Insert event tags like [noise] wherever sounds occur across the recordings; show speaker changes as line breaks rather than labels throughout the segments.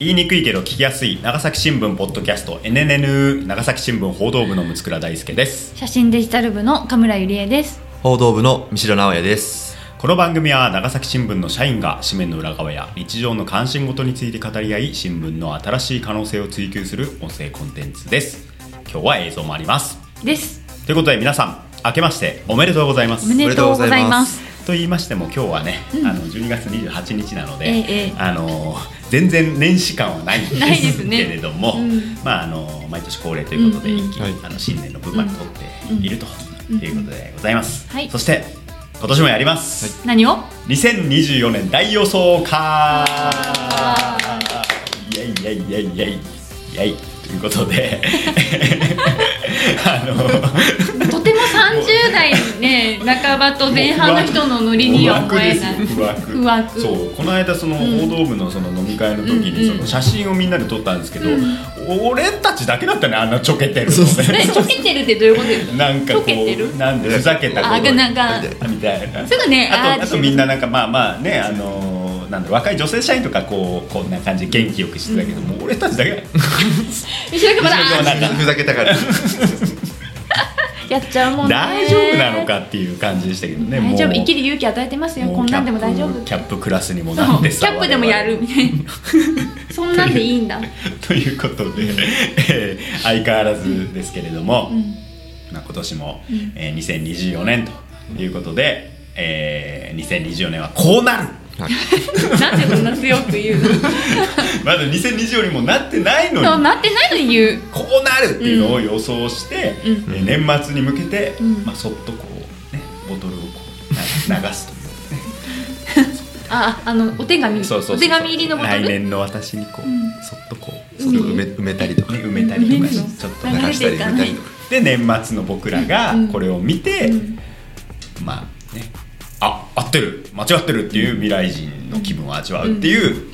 言いにくいけど聞きやすい長崎新聞ポッドキャスト NNN 長崎新聞報道部の六倉大輔です
写真デジタル部の神村ゆりえです
報道部の三城直也です。
この番組は長崎新聞の社員が紙面の裏側や日常の関心事について語り合い新聞の新しい可能性を追求する音声コンテンツです今日は映像もあります
です
ということで皆さん明けましておめでとうございます
おめでとうございます
と言いましても今日はね、あの12月28日なので、
ええええ
あの全然年始感はないん
ない
で
ですす
け
ね
れども、
うん
まああの毎年恒例ということで
うんうん
一気に、
はい
あの新年の分まで取っていると
うん
いうことでございます、
はい
そして今年もやります、
何を
2024年大予想会
あ
イェイイェイイェイイェイイェイということで [laughs] あの
とても30代ね半ばと前半の人のノリには思えない
不惑です
不惑
そうこの間その報道部のその飲み会の時に
うん
その写真をみんなで撮ったんですけど、
うん
俺たちだけだったねあんなちょけてるの
そうそう
ね
ねちょけてるってどういうことですか
なんかこ
ちょけて
う
る
なんでふざけた
あ
こと
なんか
みたいな
すぐね
あ
あー
とあ
って
とみんななんかまあまあねあのーなんだ若い女性社員とかこうこんな感じで元気よくしてたけど、もう俺たちだけだ
石垣まだ
石垣まだ
あ
ふざけたから。
ーやっちゃうもんね
大丈夫なのかっていう感じでしたけどね
大丈夫生き
る
る勇気与えてますよこんなんでも大丈夫
キャップクラスにも
そう
なって
キ
さ
ャップでもやるみたいなそんなんでいい
[laughs]
んだ
ということで、 [laughs] えー相変わらずですけれども、
うん
まあ、今年も、
うん
えー2024年ということで、えー2024年はこうな
[laughs]
る
なんでこんな強く言う
[laughs]
の
まだ2024にもなってないの
そう
に
なってないのに言う
こうなるっていうのを予想して、
うん
えー年末に向けて、
うん
まあ、そっとこう、ね、ボトルをこうな流すという。
ああのお手紙
そうそうそう
お手紙入りのボトル
来年の私にこう、
うん
そっとこう
そう埋め埋めたりとか
ね、埋めたりとかし
うん
ちょっと
うん
流したり埋めたりとか。
で年末の僕らが
うん
これを見て、
うん
まあねあ合ってる間違ってるっていう未来人の気分を味わうっていう、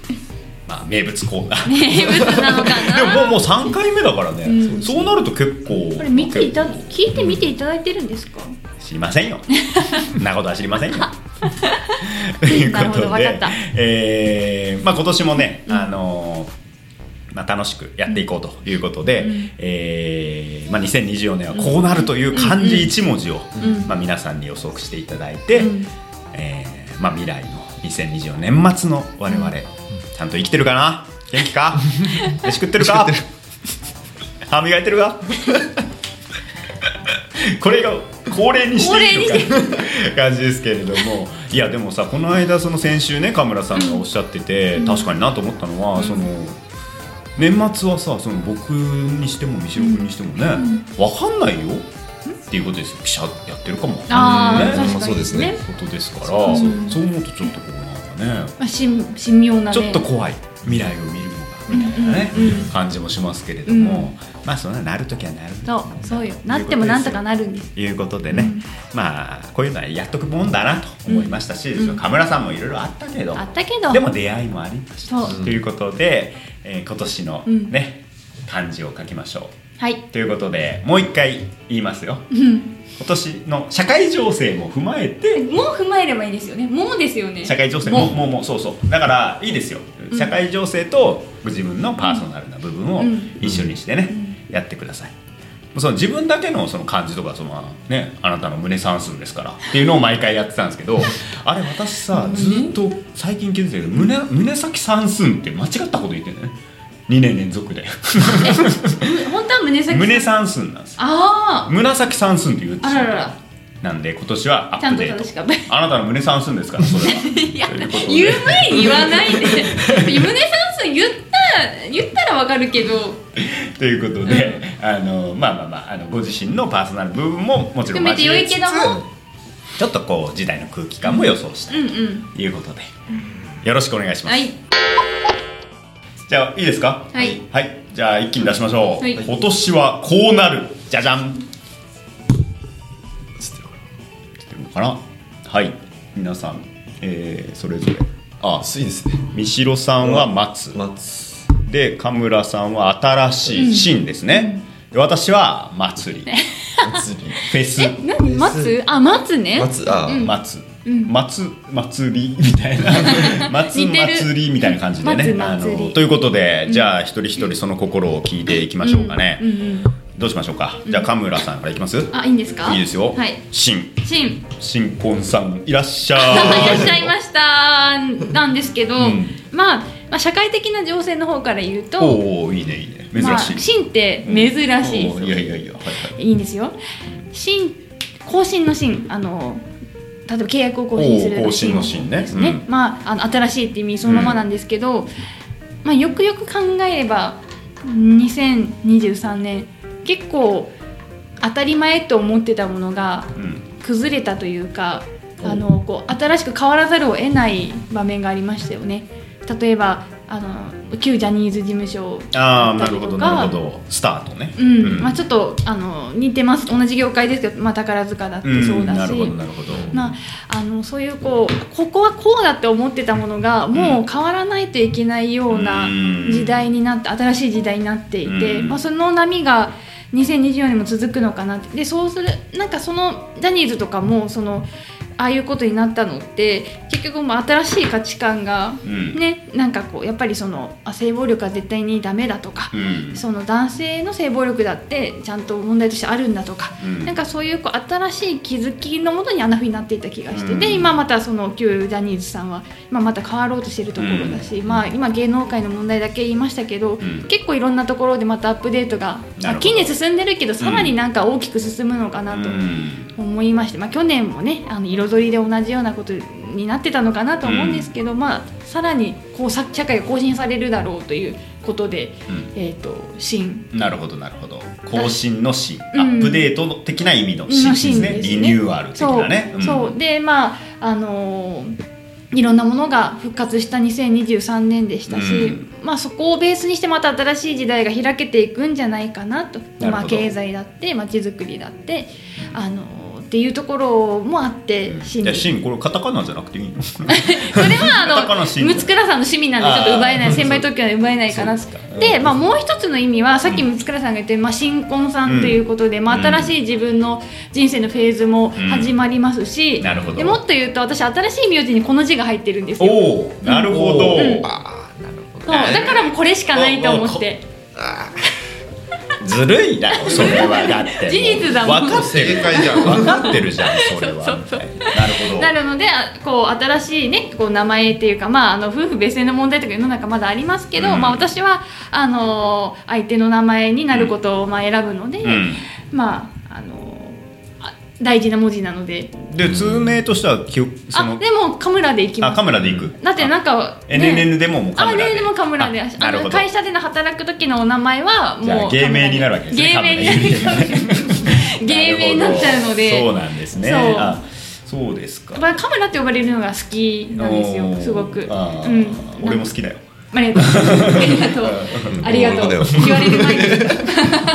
まあ、名物コーナ
[laughs]
ー。
名物なのか
[laughs]
な
でももうもう3回目だからね、
うん
そうなると結構
これ見ていた
結構
聞いて見ていただいてるんですか
知りませんよ
[laughs]
そんなことは知りませんよという
なる
こ
ほど
と
わかっ
で
た、
えーまあ、今年もね、
うん
あのーまあ、楽しくやっていこうということで、
うん
えーまあ、2024年はこうなるという漢字一文字を、
うん
まあ、皆さんに予測していただいて、
うん
えーまあ、未来の2024年末の我々、ちゃんと生きてるかな元気
[laughs]
か飯食ってるか歯磨いてる [laughs] かこれが恒例にしていいのかな感じですけれどもいやでもさこの間その先週ね神村さんがおっしゃってて、確かになと思ったのは、その年末はさその僕にしても三城君にしてもね、わかんないよっていうことですよ記者やってるかもわかんないよ
あ
ね
あ、確か
まあ
に
そうですね
ことですから
う
そ
そう
う思うとちょっとこうなんかね
まあ、し神妙なね
ちょっと怖い未来を見るのがみたいなね、
うんうんうん
感じもしますけれども、
う
まあそんななるときはなる
そうそうよなってもなんとかなるんです
ということでね、まあこういうのはやっとくもんだなと思いましたし、
うん
その神村さんもいろいろあったけど
あったけど
でも出会いもありました
そ
し
う
ということで、えー今年の
うん
ね、漢字を書きましょ
はい、
うということでもう一回言いますよ
うん、
今年の社会情勢も踏まえて
もう踏まえればいいですよねもうですよね
社会情勢ももうもうそうそうだからいいですよ
ん
社会情勢とご自分のパーソナルな部分を
うん
一緒にしてね、やってくださいその自分だけのその感じとかその、ね、あなたの胸算数ですからっていうのを毎回やってたんです
[laughs]
けどあれ私さずっと最近気づいたけど胸胸先算数って間違ったこと言ってんだよね2年連
[laughs]
続で
本当は胸先
胸算数なんですよ
あ
胸算数って言って
ああららら
なんで今年はア
ちゃ
ッ
ん
プ
と
デー
正
ト
しかった
あなたの胸算数ですからそれは
いや
ということで
言う前に言わないで胸算数言った言ったらわかるけど
ということで、あのまあまあまああのご自身のパーソナル部分ももちろん
含めて
交
良
え
い
つつ
けども
ちょっとこう時代の空気感も予想した
う
い
んうん
ということで、よろしくお願いします、
はい
じゃあいいですか
はい
じゃあ一気に出しましょう、
はい
今年はこうなるじゃじゃんつってるのかなはい皆さん、えーそれぞれ
あ、いいですね。
三代さんは松
松。
で神村さんは新しい新ですね、で私は祭り
[laughs]
祭り。
フェス
何待つあ待つね
松。あ、
松
うん
松祭りみたい
[laughs]
な松
似てる
祭りみたいな感じでね
松
あ
祭り
のということでじゃあ一人一人その心を聞いていきましょうかね、
うんうんうん
どうしましょうかじゃあ神村さんからいきます、
あ、いいんですか
いいですよ、
はい
新
シン
新婚さんいらっしゃ
[laughs] いらっしゃ
い
いましたなんですけど、
うん
まあ、まあ社会的な情勢の方から言うと
おおいいねいいね珍しい、
まあ、シンって珍しいですよ、
おーいやいやいや、はいはい
いんですよシン更新のシンあの例えば契約を更新する
おー更新のシンね
ですね、まああの新しいって意味そのままなんですけど、まあよくよく考えれば2023年結構当たり前と思ってたものが
うん、
崩れたというか
お
あのこう新しく変わらざるを得ない場面がありましたよね例えばあの旧ジャニーズ事務所
ああ
だ
な
った
る
り
ほ
と
ど
か
なるほどスタートね
うんまあ、ちょっとあの似てます同じ業界ですけど、まあ、宝塚だってそうだ
な
し、
るほどなるほど、
まあ、あのそういうこうここはこうだって思ってたものがもう変わらないといけないような
うん
時代になって新しい時代になっていて、
うん
まあ、その波が2024年も続くのかなってでそうするなんかそのジャニーズとかもそのああいうことになったのって結局もう新しい価値観が、
うん
ねなんかこうやっぱりそのあ性暴力は絶対にダメだとか
う、ん
その男性の性暴力だってちゃんと問題としてあるんだとか、
うん
なんかそういうこう新しい気づきのもとにあんなふうになっていった気がして、
うん
で今またその旧ジャニーズさんは今また変わろうとしてるところだし、
うん
まあ、今芸能界の問題だけ言いましたけど、
ん
結構いろんなところでまたアップデート
な
が、ま
る
あ、
ほど
近年進んでるけどさらになんか大きく進むのかなと
うん
思いまして、まあ、去年もねあの彩りで同じようなことになってたのかなと思うんですけど、まあ、さらにこうさ社会が更新されるだろうということで、
うん
えっと新
なるほどなるほど更新の新、
うん
アップデートの的な意味の新ですね
の新です
リ
ね
ニューアル的
そう
なねん
そうでまああのーいろんなものが復活した2023年でしたし、
うん
まあ、そこをベースにしてまた新しい時代が開けていくんじゃないかなと
ほど
まあ、経済だってまちづくりだって、あのーっていうところもあって、
い
新
や
に
新これカタカナじゃなくていい
[laughs]
のそ
それは
カタカ
あ
ナ
の
シン
ムツクラさんの趣味なんでちょっと奪えな
[laughs] あ
い
ー
先輩特許で奪えないかな
そうですか
で、
うん
まあ、もう一つの意味はさっきムツクラさんが言って、まあ、新婚さんということで、まあ、
うん
新しい自分の人生のフェーズも始まりますし、
うんなるほど
でもっと言うと私新しい名字にこの字が入ってるんですよ
おおなるほど、
うん
ああなるほ
そ
ど
うだからもうこれしかないと思って
ずるいだろそれはだって
事実だもん
分かってる
正解じゃん
分かってるじゃんそれは
そうそうそう
みたいななるほど
なるのであこう新しいねこう名前っていうか、まあ、あの夫婦別姓の問題とか世の中まだありますけど、
うん
まあ、私はあの相手の名前になることをまあ選ぶので、
うん
まああのあ大事な文字なので
で通名としてはきゅそ
あ
の
でもカムラで行き
あ
ます
カメラで行く
だってなんか、ね、
NNN でももうカ
あ
メラで
ねでもカムラであ
あなるほ
の
ど
会社での働く時のお名前は
じゃ
も
あ
う
芸名になるわけですね
芸名にな [laughs]
カメラ
る
で
芸名になっちゃうので
そうなんですね
そう
あそうですか
まあカムラって呼ばれるのが好きなんです
お
よ
ー
すごく、
あー
うん、
俺も好きだよ
ありがとう
[laughs]
ありがとうありがとう言われる前に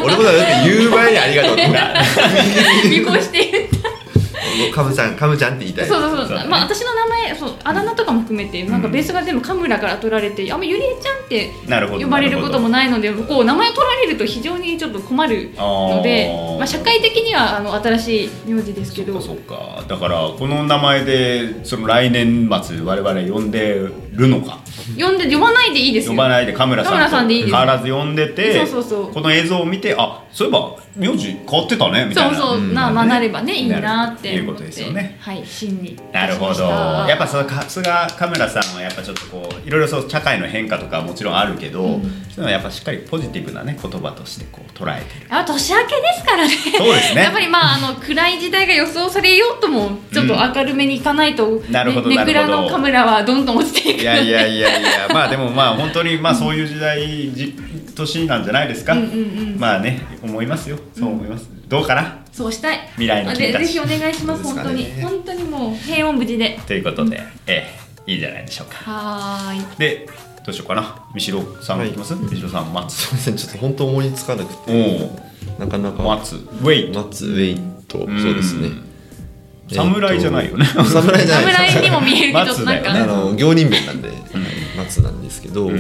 俺もだって言う前にありがとうって
離婚して言
[laughs]
った
カムちゃんカムちゃんって言いたい
そうそう
そう
そ
だ
う、
ね
まあ、私の名前そうあだ名とかも含めてなんかベースが全部カムラから取られてあんまゆりえちゃんって
なるほど
呼ばれることもないのでこう名前取られると非常にちょっと困るので
あー
まあ、社会的にはあの新しい名字ですけ
そう
ど
かそうかだからこの名前でその来年末我々呼んでるのか
呼んで呼ばないでいいですよ
呼ばないでカメラ
カメラ
さ
さ
ん
ん
と
でいいで
変
す
わらず呼んでて
そうそうそう
この映像を見てあそういえば名字変わってたねみた
そ
いうな
そう、
ん
なまあなればねいいなって
なるという
思
こ
って
とですよね
はい真に
なるほ
し
ど
ました
やっぱそのかすがカメラさんはやっぱちょっとこういろいろそう社会の変化とかはもちろんあるけど、そういうのはやっぱしっかりポジティブなね言葉としてこう捉えてる
あ年明けですからね
そうですね
やっぱりまああの暗い時代が予想されようともちょっと明るめにいかないと、
なるほど
ね
な
ネ
る
ク
ほ
ラ
ど
のカメラはどんどん落ちていく
いやいやいやいやまあでもまあ本当にまあそういう時代じ年なんじゃないですか、
うんうんうん
まあね思いますよそう思います、どうかな
そうしたい
未来の君
で
たち
ぜひお願いします
そうで
本
す
当
かね
に本当にもう平穏無事で
ということで、ええいいじゃないでしょうか
はーい
でどうしようかな三代さん
はい
いきます三代さん松
すいませんちょっと本当思いつかなく
お
て
お
なかなか
松ウェイト
松ウェイトそうですね
侍じゃないよね
えーと侍じゃないです
侍にも見えるけど
松
な
だ
ん
よね
か、
あの行人弁なんで、松なんですけど、
ん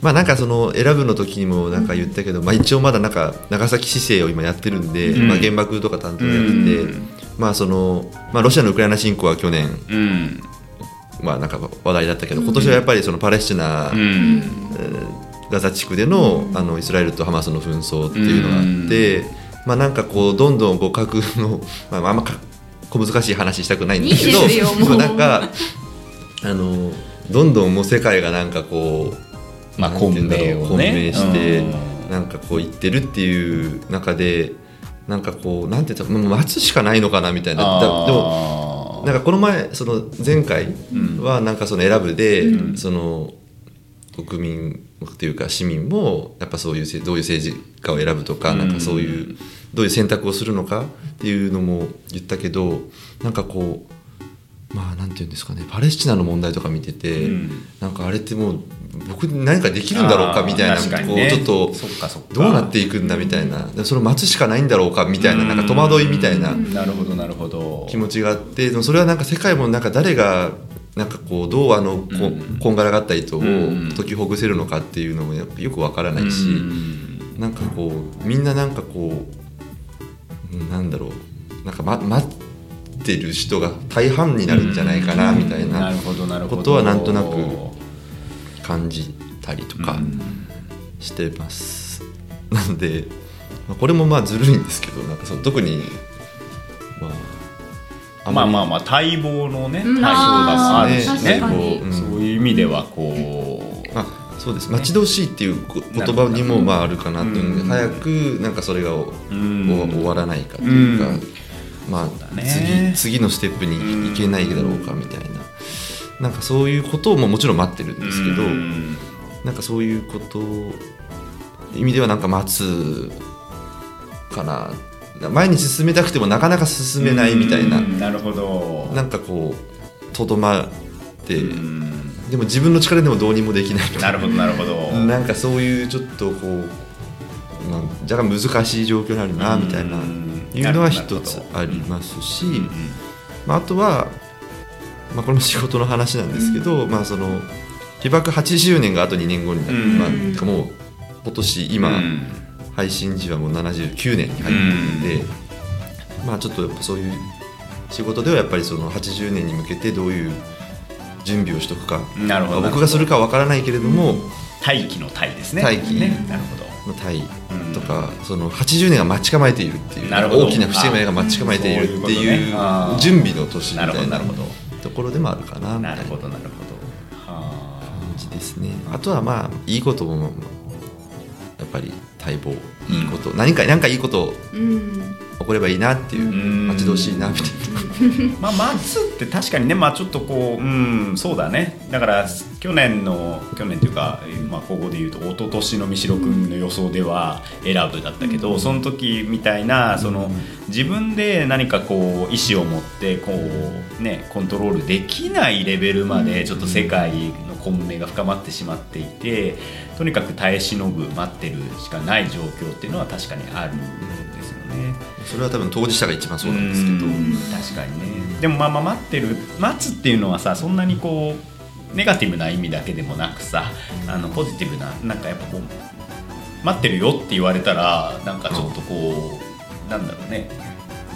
まあなんかその選ぶの時にもなんか言ったけど、まあ一応まだなんか長崎市政を今やってるんで、
うん
まあ原爆とか担当やってて、
うん
まあそのまあ、ロシアのウクライナ侵攻は去年、
うん
まあ、なんか話題だったけど今年はやっぱりそのパレスチナ、
うん
えーガザ地区での,、あのイスラエルとハマスの紛争っていうのがあって、まあ、なんかこうどんどんこう核の、 [laughs] まあ、あんまか小難しい話したくないんですけど
いいですよもう
まあなんかあのどんどんもう世界がなんかこう
まあ
なんて
混
言うんだろう
迷をね
混迷して
うん
なんかこう言ってるっていう中でなんかこうなんて言ったらもう待つしかないのかなみたいなだでも
あー
なんかこの前その前回はなんかその選ぶで、
うん
その国民というか市民もやっぱそういうせどういう政治家を選ぶとか,、
うん
なんかそういうどういう選択をするのかっていうのも言ったけどなんかこうまあなんて言うんですかねパレスチナの問題とか見てて、
うん
なんかあれってもう僕に何かできるんだろうかみたいな
あー確か
こ
に
う
ね
ちょっと
そっかそっか
どうなっていくんだみたいなでそれを待つしかないんだろうかみたいななんか戸惑いみたいな。
うんなるほどなるほど
気持ちがあってでもそれはなんか世界もなんか誰がなんかこうどうあのこ,、
うん
こんがらがった糸を
ん
解きほぐせるのかっていうのもやっぱよくわからな
う
いし、
ん
なんかこうみんななんかこううんなんだろうなんか、ま、待ってる人が大半になるんじゃないかなみたい
な
な
るほどなるほど
ことはなんとなく感じたりとか
うん
してます。なので、まあ、これもまあずるいんですけどなんかその特にまあ
まあ
り
まあまあ待望のね
うん
待望があるしね
あー確かに
こう
うん
そういう意味ではこう
まあ、そうです待ち遠しいっていうこ言葉にもまああるかなっていうので、
うん
早くなんかそれがお、
うん
お終わらないかというか、
うん
まあ
うだね
次次のステップに行けないだろうかみたいな、なんかそういうことをももちろん待ってるんですけど、
うん
なんかそういうこと意味ではなんか待つかな前に進めたくてもなかなか進めないみたいな、
うんなるほど
なんかこうとどまって、
うん
でも自分の力でもどうにもできないみたい
なる
な
ほどなるほど
なんかそういうちょっとこう、まあ、若干難しい状況にあるなみたいな
うん
いうの
な
は
るほ
一
ど
つありますし、
うん
まあ、あとは、まあ、これも仕事の話なんですけど、まあ、その被爆80年があと2年後になる、
うん
まあ、なんかもう今年今、
うん
配信時はもう79年に入ってるので、まあちょっとやっぱそういう仕事ではやっぱりその80年に向けてどういう準備をしとくか、
なるほ
ま
ど
あ、僕がするかは分からないけれども、
大気の大ですね
大気
ねなるほど
のタイ
うん
とか、その80年が待ち構えているっていう
なるほど
大きな節目が待ち構えているって
そういうことね
い
あ
う
ー
準備の年み
なる
た
ほど
い
な
な
るほど
ところでもあるかなみた
ないる
な
ほ
感
どなるほどはあ
じですねあとはまあいいこともやっぱり待望いいこと、何か何かいいこと
うん
起こればいいなっていう
うん
待ち遠しいなみたい
まあ、待つって確かにね、まあ、ちょっとこう、うん、そうだね、だから去年の、去年というか、まあ、ここでいうと、一昨年の三代君の予想では選ぶだったけど、その時みたいな、その自分で何かこう、意思を持ってこう、ね、コントロールできないレベルまで、ちょっと世界の混迷が深まってしまっていて、とにかく耐え忍ぶ、待ってるしかない状況っていうのは確かにあるんですよね。
なそれは多分当事者が一番そうなんですけど、
うん確かにねでもまあまあ待ってる待つっていうのはさそんなにこうネガティブな意味だけでもなくさあのポジティブななんかやっぱこう待ってるよって言われたらなんかちょっとこう、なんだろうね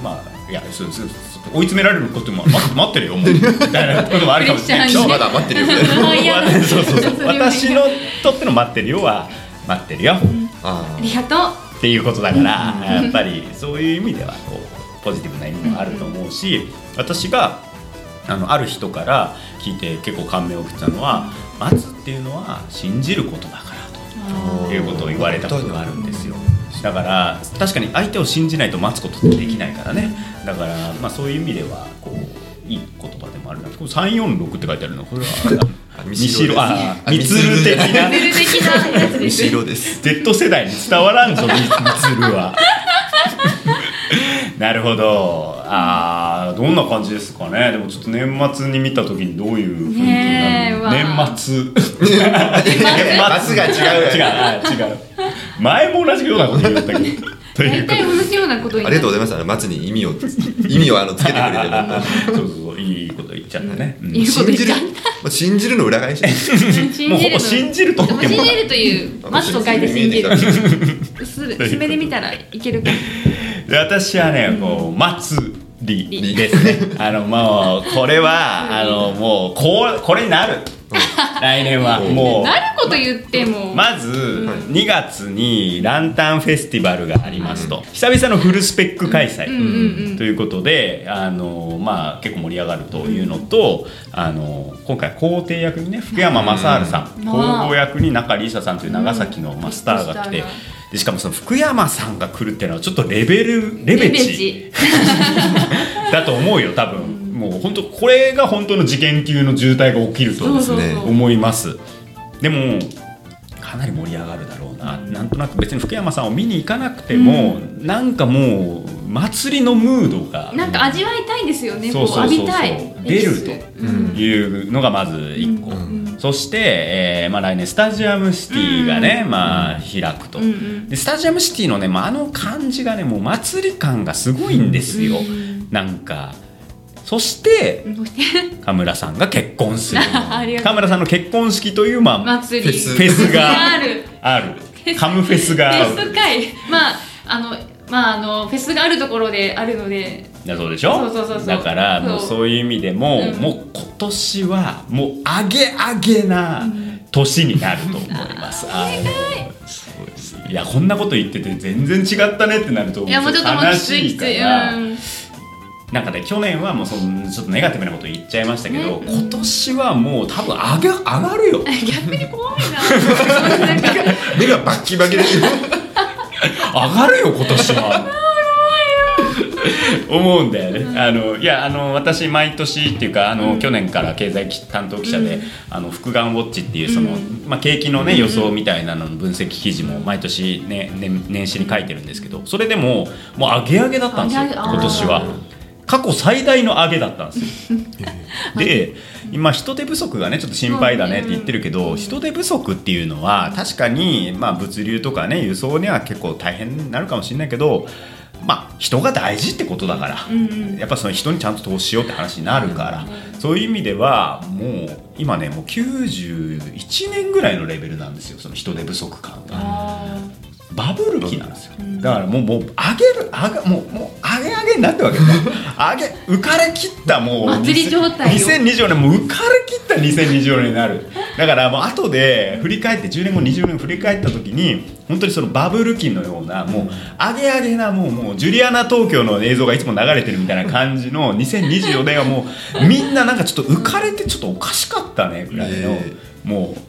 まあいやそうそうそう追い詰められることも待って待ってるよもうみたいなこともあるかもしれないけ
プ
ど
レッシャーにね
まだ待ってるよね
[laughs] あ嫌だ
そうそうそう
それは嫌だ
私のとっての待ってるよは待ってるよ
[laughs] あ
あ
ー
りがとう
っていうことだから、やっぱりそういう意味ではこうポジティブな意味もあると思うし、私があのある人から聞いて結構感銘を受けたのは「待つっていうのは信じることだから」
あ
ということを言われたことがあるんですよ。だから確かに相手を信じないと待つことってできないからねだから、まあ、そういう意味ではこういい言葉でもあるなこれ346って書いてあるのこれは [laughs] あれだ
あ
三代ああ
三
三
つ
つ
る
る的な
ルール的なやつです
後ろです。
Z 世代に伝わらんぞみみつる
[laughs]
はなるほどあーどんな感じですかねでもちょっと年末に見た時にどういう雰囲気にな
ねえ
るの
わあ
年末年
末が違
[laughs]
う
違うあ違う前も同じようなこと言ったけどという
大
こと
体
で
同じようなことに
あ
な
り
る
がとうございます。あの松に意味を意味をあのつけてくれ
[laughs]
てる。
[laughs] そうそうそういいこと言っちゃったね、うん
いいこと
信
言っ
じる
た。
まあ信じるの裏返し。
も
信
う
じ
ほ
るの
ぼ信じると言って
信
も
じるという松と書いて信じる
[laughs]
薄爪で見たらいけるか
[laughs] で私はねこう待つり
り
ですねあのもうこれはあのもうこうこれになる来年はもう
なること言っても、
まず2月にランタンフェスティバルがありますと久々のフルスペック開
うんうんうんう
催
ん
ということであの、まあ、結構盛り上がるというのとあの今回皇帝役にね福山雅治さん
うん
皇后役に中里依紗さんという長崎のマスターが来
う
て
ん。
でしかもその福山さんが来るっていうのはちょっとレベルレベチだと思うよ多分もう本当これが本当の事件級の渋滞が起きると
そう
ですね
そうそう、
ね
思いますでもかなり盛り上がるだろうななんとなく別に福山さんを見に行かなくても、なんかもう祭りのムードが
なんか味わいたいですよね。
そうそうそうそう
こ浴びたい。
出ると
エキスうん
いうのがまず1個、
うん
そして、えーまあ、来年スタジアムシティがね、
う
まあ、開くと、
うんうん
でスタジアムシティのね、まあ、あの感じがねもう祭り感がすごいんですよ、
うん
なんかそして
そして
田村さんが結婚する
[laughs] ありがと
田
う
村さんの結婚式という、まあ、
祭り
フェス
フェス
があ
が
る。
あるカムフェスがあ
フェ
る
ス会。まああのまああのフェスがあるところであるので。
だそうでしょ
そうそうそうそう
だから
そう
もうそういう意味でも、
うん
もう今年はもうアゲアゲな年になると思います、あのそうですいやこんなこと言ってて全然違ったねってなると思う
いやもうちょっともう
悲
きつい
し
き
い
つ
か
い。
ら、
うん [laughs]
なんかね去年はもうそのちょっとネガティブなこと言っちゃいましたけど、
ね
今年はもう多分上げ上がるよ
逆に怖いな。なんか
目がバッキバキですよ
上がるよ今年は。 [laughs] 思うんだよね、あのいやあの私毎年っていうかあの、
うん
去年から経済担当記者で「
うん
あの福眼ウォッチ」っていうその、
うん
まあ、景気の、ね、
うん
予想みたいなのの分析記事も毎年、ね年年始に書いてるんですけどそれでももう上げ上げだったんですよ
上げ上げあー
今年は。過去最大の上げだったんですよ
[laughs]
で今人手不足がねちょっと心配だねって言ってるけど人手不足っていうのは確かにまあ物流とかね輸送には結構大変になるかもしれないけどまあ人が大事ってことだから
うんうん
やっぱその人にちゃんと投資しようって話になるからそういう意味ではもう今ねもう91年ぐらいのレベルなんですよその人手不足感が。
あ
バブル期なんですよ
うん
だからもうもう上げる上げもうもう上げ上げにな
[laughs]
ったわけですよ上げ浮かれきったもう
祭り状態を
2024年もう浮かれきった2024年になるだからもう後で振り返って10年後20年後振り返った時に本当にそのバブル期のようなもう上げ上げなもうもうジュリアナ東京の映像がいつも流れてるみたいな感じの2024年はもうみんななんかちょっと浮かれてちょっとおかしかったねぐらいの、
え
もう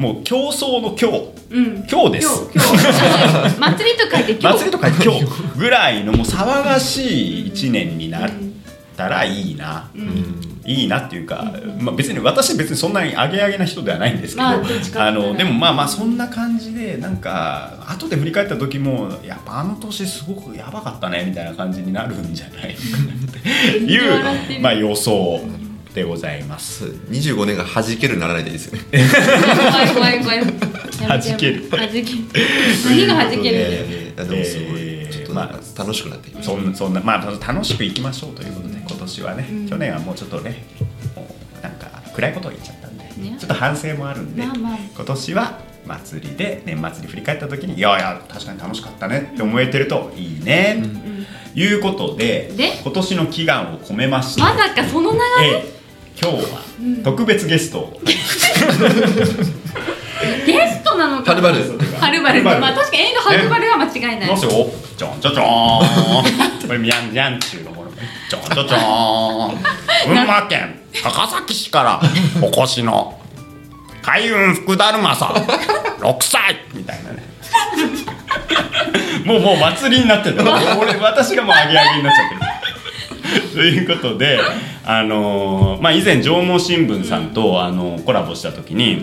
もう競争の今日
ーうん。
今日です
今日今日祭りと書いて今日。
祭りとか今日ぐらいのもう騒がしい1年になったらいいな、
うん
いいなっていうか、まあ、別に私別にそんなにアゲアゲな人ではないんですけど,、
まあどっちか
あのでもまあまあそんな感じでなんか後で振り返った時もやっぱあの年すごくやばかったねみたいな感じになるんじゃないかなって
笑って
い
る
う、まあ、予想でございます。
そう25年が弾けるならないでいいですよね
怖い怖い怖い。やめてやめて
弾ける
弾ける。何が弾けるんだよ。
えーでもすご
え
い
ー
ちょっとなんか楽しくなってきました、
そんなそんなまあ楽しくいきましょうということで今年はね、
うん
去年はもうちょっとねもうなんか暗いことを言っちゃったんで、
ね
ちょっと反省もあるんで、
まあまあ
今年は祭りで年末に振り返った時にいやいや確かに楽しかったねって思えてるといいね、ということで
で
今年の祈願を込めまして、
まさかその流
ええ今日は特別ゲストを、
れゲストなのか。
はるばる
はるばる。
はるばる
まあ確かに映画はるばるは間違いない。
いますよ。ちょんちょちょ [laughs] ーん。これミャンミャンっていうのこれ。ちょんちょちょ [laughs] ーん。群馬県高崎市からお越しの海運福だるまさん、6歳みたいなね。 [laughs] もうもう祭りになってる。俺私がもうアゲアゲになっちゃってる。ということで、あのーまあ、以前縄文新聞さんと、あのーコラボした時に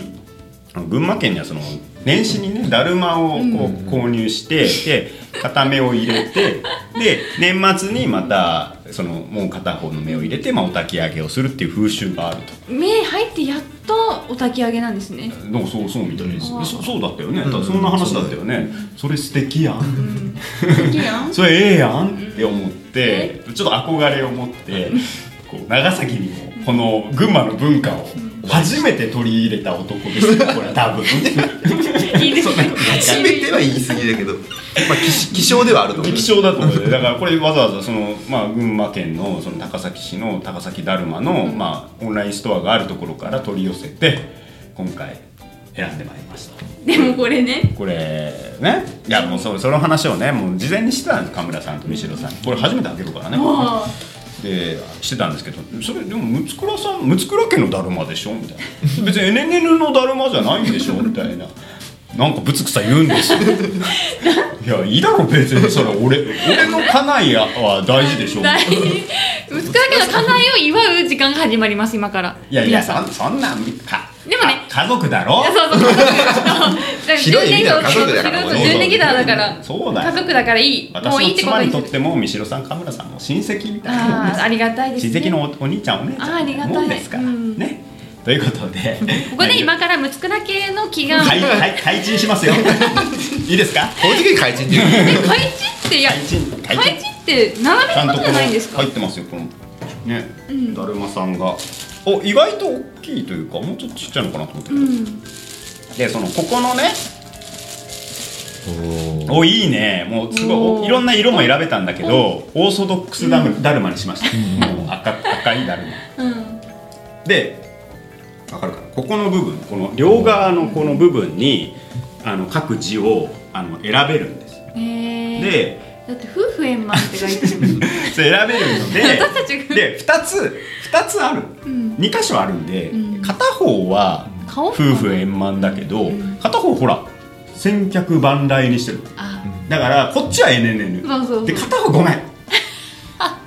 群馬県にはその年始にねだるまをこう購入 [laughs] して、で片目を入れてで年末にまたそのもう片方の目を入れて、まあ、お焚き上げをするっていう風習があると。
目入ってやっとお焚き上げなんで
[laughs]
すね。
でもそうそうみたいです、
うん
そそうだったよね、
ん
だからそんな話だったよね、それ素敵やん
うん。素敵やん。
それええやんって思ってちょっと憧れを持ってこう長崎にもこの群馬の文化を初めて取り入れた男ですよこれ多 [laughs] 分
いいですね
初めては言い過ぎだけど、まあ、希少希少ではあると思う
希少だと思うよだからこれわざわざその、まあ、群馬県のその高崎市の高崎だるまの、まあ、オンラインストアがあるところから取り寄せて今回選んでまいりました
でもこれね
これねいやもうそその話をねもう事前にしてたんです神村さんと三代さんこれ初めて開けるからね
もう
でしてたんですけどそれでもムツクラさんムツクラ家のだるまでしょみたいな別にエネネヌのだるまじゃないんでしょみたいななんかぶつくさ言うん
[laughs]
ですよいやいいだろ別にそれ俺俺の家内は大事でしょみた
大
いな
事息子だけの家内を祝う時間が始まります今から
いやい
皆
や
さ
そ
ん
んそんなんか
でもね
か家族だろ
いやそうそうそう
広い意味では家族だからもう
10年ギターだから
そうだよ
家族だからいいもうい
私の
いってこと
妻に
にす
とっ
る
ても三代さん神村さんも親戚みたいなもんで
あ
す
あありがたいです
親
ね
戚のおお兄ちゃんお姉ち
あ
ゃ
ーあ
ん
り
みたい
がたい
なもんですから、
うん
ねということで
ここで今からムツクラ系の祈願
はいはい開人し
[laughs]
ますよいいですか
この時に怪人っていう
え開地っていや
開人開
開地って並べ
ちゃ
る
ん
こ
とこ
と
の
じゃないんですか
入ってますよこのね、だるまさんがお意外と大きいというかもうちょっとちっちゃいのかなと思って、
うん
でそのここのね
おー
おいいねもうすご
お
い
ー
いろんな色も選べたんだけどオーソドックスダムだるまにしました、もう赤赤いだるま
うん
でわかるかなここの部分この両側のこの部分にあの各字をあの選べるんです
えー
で
だって夫婦円満って書いてるもん
[laughs] それ選べるので
私たちが
で2つ2つある、
ん
二2箇所あるんで、
うん
片方は
顔
夫婦円満だけど、
ん
片方ほら千客万来にしてる
あ
だからこっちは NNN
そうそうそう
で片方ごめん
[laughs]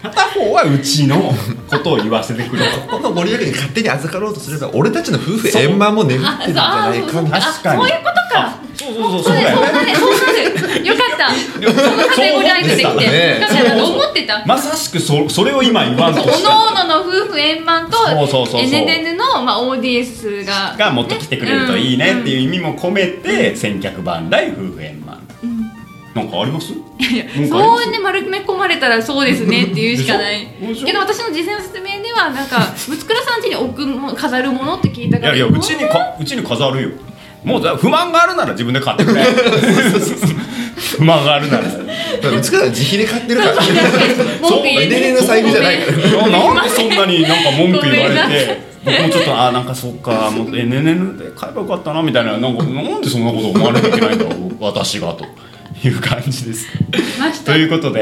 片方はうちのことを言わせてくれと
このご利益に勝手に預かろうとすれば俺たちの夫婦円満も眠ってるんじゃないかみたいな
あ
確かに
そういうことか
そうそうそう
そうだ
だ
よ
よ
そう
ね
なるそうなるよかったそのカテゴリーイズでき
そ
て
う思
よ
っ
かって
たね
たなんか思ってた
まさしくそそれを今言わんと
お
し
の
た
おのの夫婦円満と
そうそうそうそう
NNN の、まあ、ODS が
が持ってきてくれるといいねっていう意味も込めて千客万来夫婦円満
うん、うん
なんかあります
うんそうね丸め込まれたらそうですねっていうしかない
でしょ
けど私の事前の説明ではなんかムツクラさん家に置くも飾るものって聞いた
い
から
やいやうちにかうちに飾るよもうだ不満があるなら自分で買ってくれ不満があるなら
うちから自費で買ってるから
確かに文句言えない
そうエネルギーの財布じゃないから
いやなんでそんなになんか文句言われて僕もちょっと [laughs] あーなんかそっかもっと NNN で買えばよかったなみたいななんかなんでそんなこと思われなきゃいけないんだろう私がという感じです。
ました
ということで、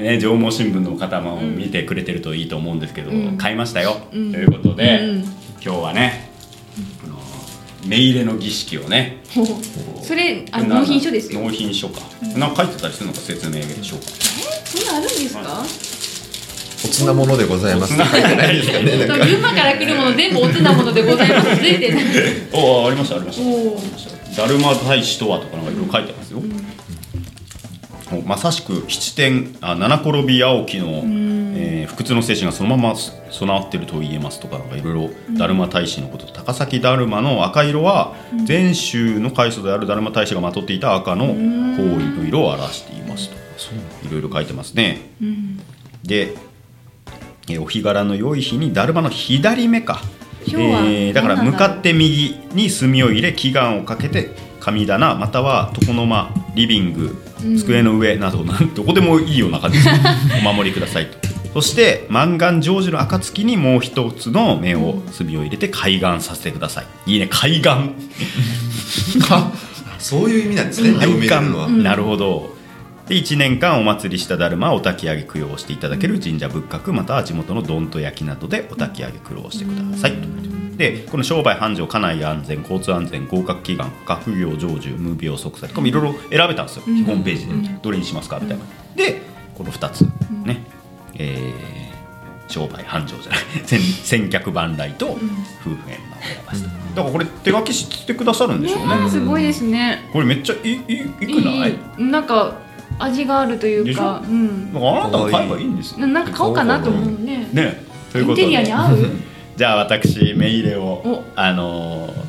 ね、縄文新聞の方も見てくれてるといいと思うんですけど、
うん
買いましたよ、
うん
ということで、
うん
今日はねあの目入れの儀式をね
ほうそれあ納品書ですよ
納品書か、なんか書いてたりするのか説明書か
そんなんあるんですか [laughs]
おつなものでございます
おつなもの
ないですかねなんか
群馬から来るもの全部おつなものでございますついてない
[laughs] おおありましたありました
おー
ありましただるま大師とはとかなんかいろいろ書いてますよ、おまさしく七点あ七転び八起きの、えー不屈の精神がそのまま備わってると言えますとかなんかいろいろだるま大師のこと高崎だるまの赤色は禅宗の開祖であるだるま大師がまとっていた赤の行為の色を表していますといろいろ書いてますね、でえーお日柄の良い日にだるまの左目か、え
今日は
ーだから
どんな
向
だろう
かって右に炭を入れ祈願をかけて神棚または床の間リビング机の上など、なんどこでもいいような感
[laughs]
じでお守りくださいとそして満願成就の暁にもう一つの目を炭を入れて開眼させてくださいいいね開
[laughs]
眼
そういう意味なんですね読めるのは
なるほどで1年間お祭りしただるまをお焚き上げ供養していただける神社仏閣または地元のどんと焼きなどでお焚き上げ供養してくださいとでこの商売繁盛家内安全交通安全合格祈願家不業成就無病息災とかもいろいろ選べたんですよ、ホームページでどれにしますかみたいなでこの2つね、えー商売繁盛じゃない [laughs] 千千客万来と夫婦円満を選ばせただからこれ手書きしてくださるんでしょうね
ねすごいですね
これめっちゃいいいいいくない
なんか味があるというか
で
うん
なんかあなたも買えばいいんですよ。
な
ね
なんか買おうかなと思うね
えとい
イ
うこ
ン
とで。
テリア
[laughs]
に合う
じゃあ私目入れを
お
あのー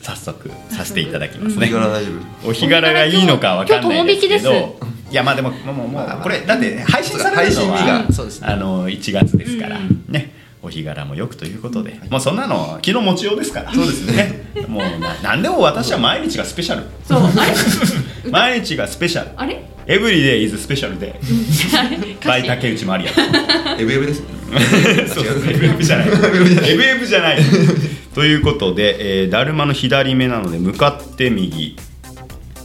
早速させていただきます
お日
ね。
柄大 [laughs] 丈夫
お日柄がいいのかわかんないですけ
今日友
ど。いやまあでももうもうもうこれだって配信されるの
配信日
は
がそうですね
あのー1月ですから
うん
ね。おお日柄もよくということで、まあそんなのは気の持ちようですからそうですねもうな何でも私は毎日がスペシャル
そうあれ
毎日がスペシャル
あれ
エブリデイイズスペシャルで
あれ
[laughs]
歌
バイ
詞
竹内まりや
エブエブです。
そうエブエブじゃないエブエブじゃないということで、えーだるまの左目なので向かって右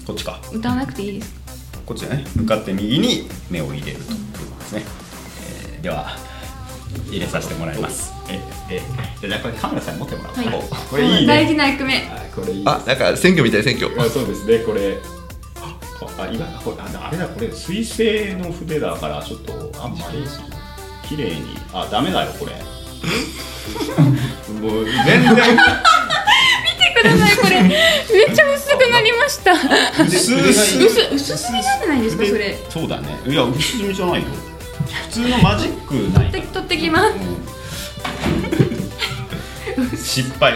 こっちか
歌わなくていいです
こっちだね向かって右に目を入れるということですね、えーでは入れさせてもらいますえええじゃあこれカメラさん持ってもらおう、
はい
おこれいい
大事
ね
な役目
あこれいい
あ、なんか選挙みたい選挙。
あそうですねこれああ今これああれだこれ水性の筆だからちょっとあんまり綺麗にあダメだよこれ
[laughs]
もう全然
見てくださいこれめっちゃ薄くなり
[laughs]
ました
薄
薄薄すぎなんじゃないですかそれ
そうだねいや薄すぎじゃないよ普通のマジックない
[laughs] 取って取ってきます [laughs]
失敗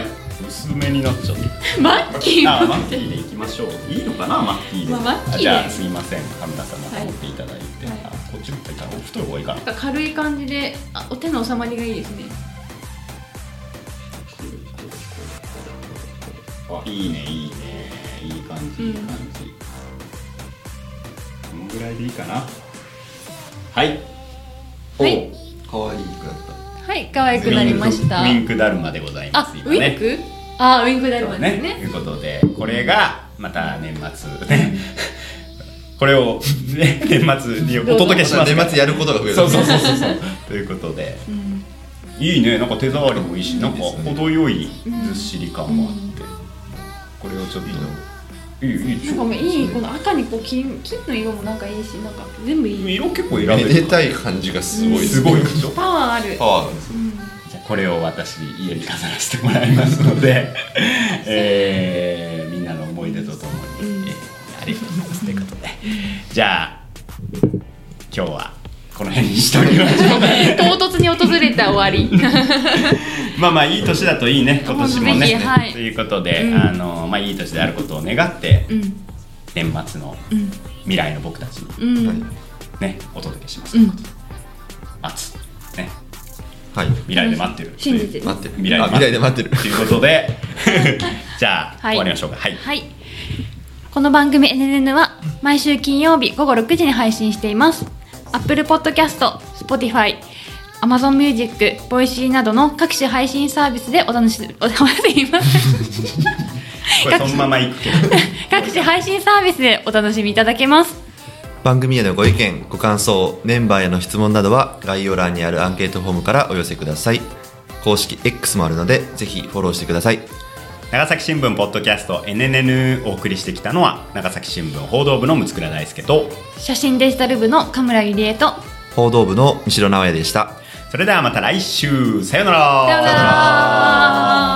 薄めになっちゃった [laughs]
マッキー
あマ
は
ッキーでいきましょういいのかなマッキーで、
まあマッキーで
あじゃあすいません神田さんまた
はい
持っていただいて、
はい
あこっち持っていたら太い方がいいかな
なんか軽い感じであお手の収まりがいいですね
あいいねいいねいい感じ
うん
いい感じ、このぐらいでいいかなはい
はい
お、可愛いくなった。
はい可愛くなりました
ウィンクだるまでございま
あ
す
ウィンクあウィンクである
そう
わ
ね
です
と
ね
いうことでこれがまた年末ねこれを、ね、年末にお届けします
年末やることが増える。
そうそうそうそうそうということで
うん
いいねなんか手触りもいいしなんか
いいですね
程よいずっしり感もあって、これをちょっ
いいの。
といいいいでし
なんか
ょ
もういいこの赤にこう金金の色もなんかいいしなんか全部いい
色結構選べ
めで
る
たい感じがすごい。
すごいでしょ
パワーある
パワーなんです。
うん
じゃあこれを私家に飾らせてもらいますの
[laughs]
で、えーみんなの思い出とともに、
うん
えーありがとうございますということでじゃあ今日はこの辺にしておりましょ
唐突に訪れた終わり [laughs]
うまあまあいい年だといいね今年も
ぜひ
ね。
はい
ということで、
うん
あのまあ、いい年であることを願って、
うん
年末の
うん
未来の僕たちに
うん、
はい。
ねお届けします、
うん
待つ、ね、
はい。
未来で待ってる
信じてる
待ってる。
未来
あ
待ってる
未来で待ってる。
ということで [laughs] じゃあ、
はい
終わりましょうかはい
はい。この番組 NNN は毎週金曜日午後6時に配信しています。Apple Podcast、Spotify、Amazon Music、Voicy などの各種配信サービスでお楽しみ、 [laughs] お楽しみ
これそのまま行くけ
[laughs]
ど
各種配信サービスでお楽しみいただけます。
番組へのご意見、ご感想、メンバーへの質問などは概要欄にあるアンケートフォームからお寄せください。公式 X もあるので、ぜひフォローしてください。
長崎新聞ポッドキャスト NNN をお送りしてきたのは長崎新聞報道部の六倉大輔と
写真デジタル部の神村ゆりえと、
報道部の三代直哉でした。
それではまた来週さようなら
さようなら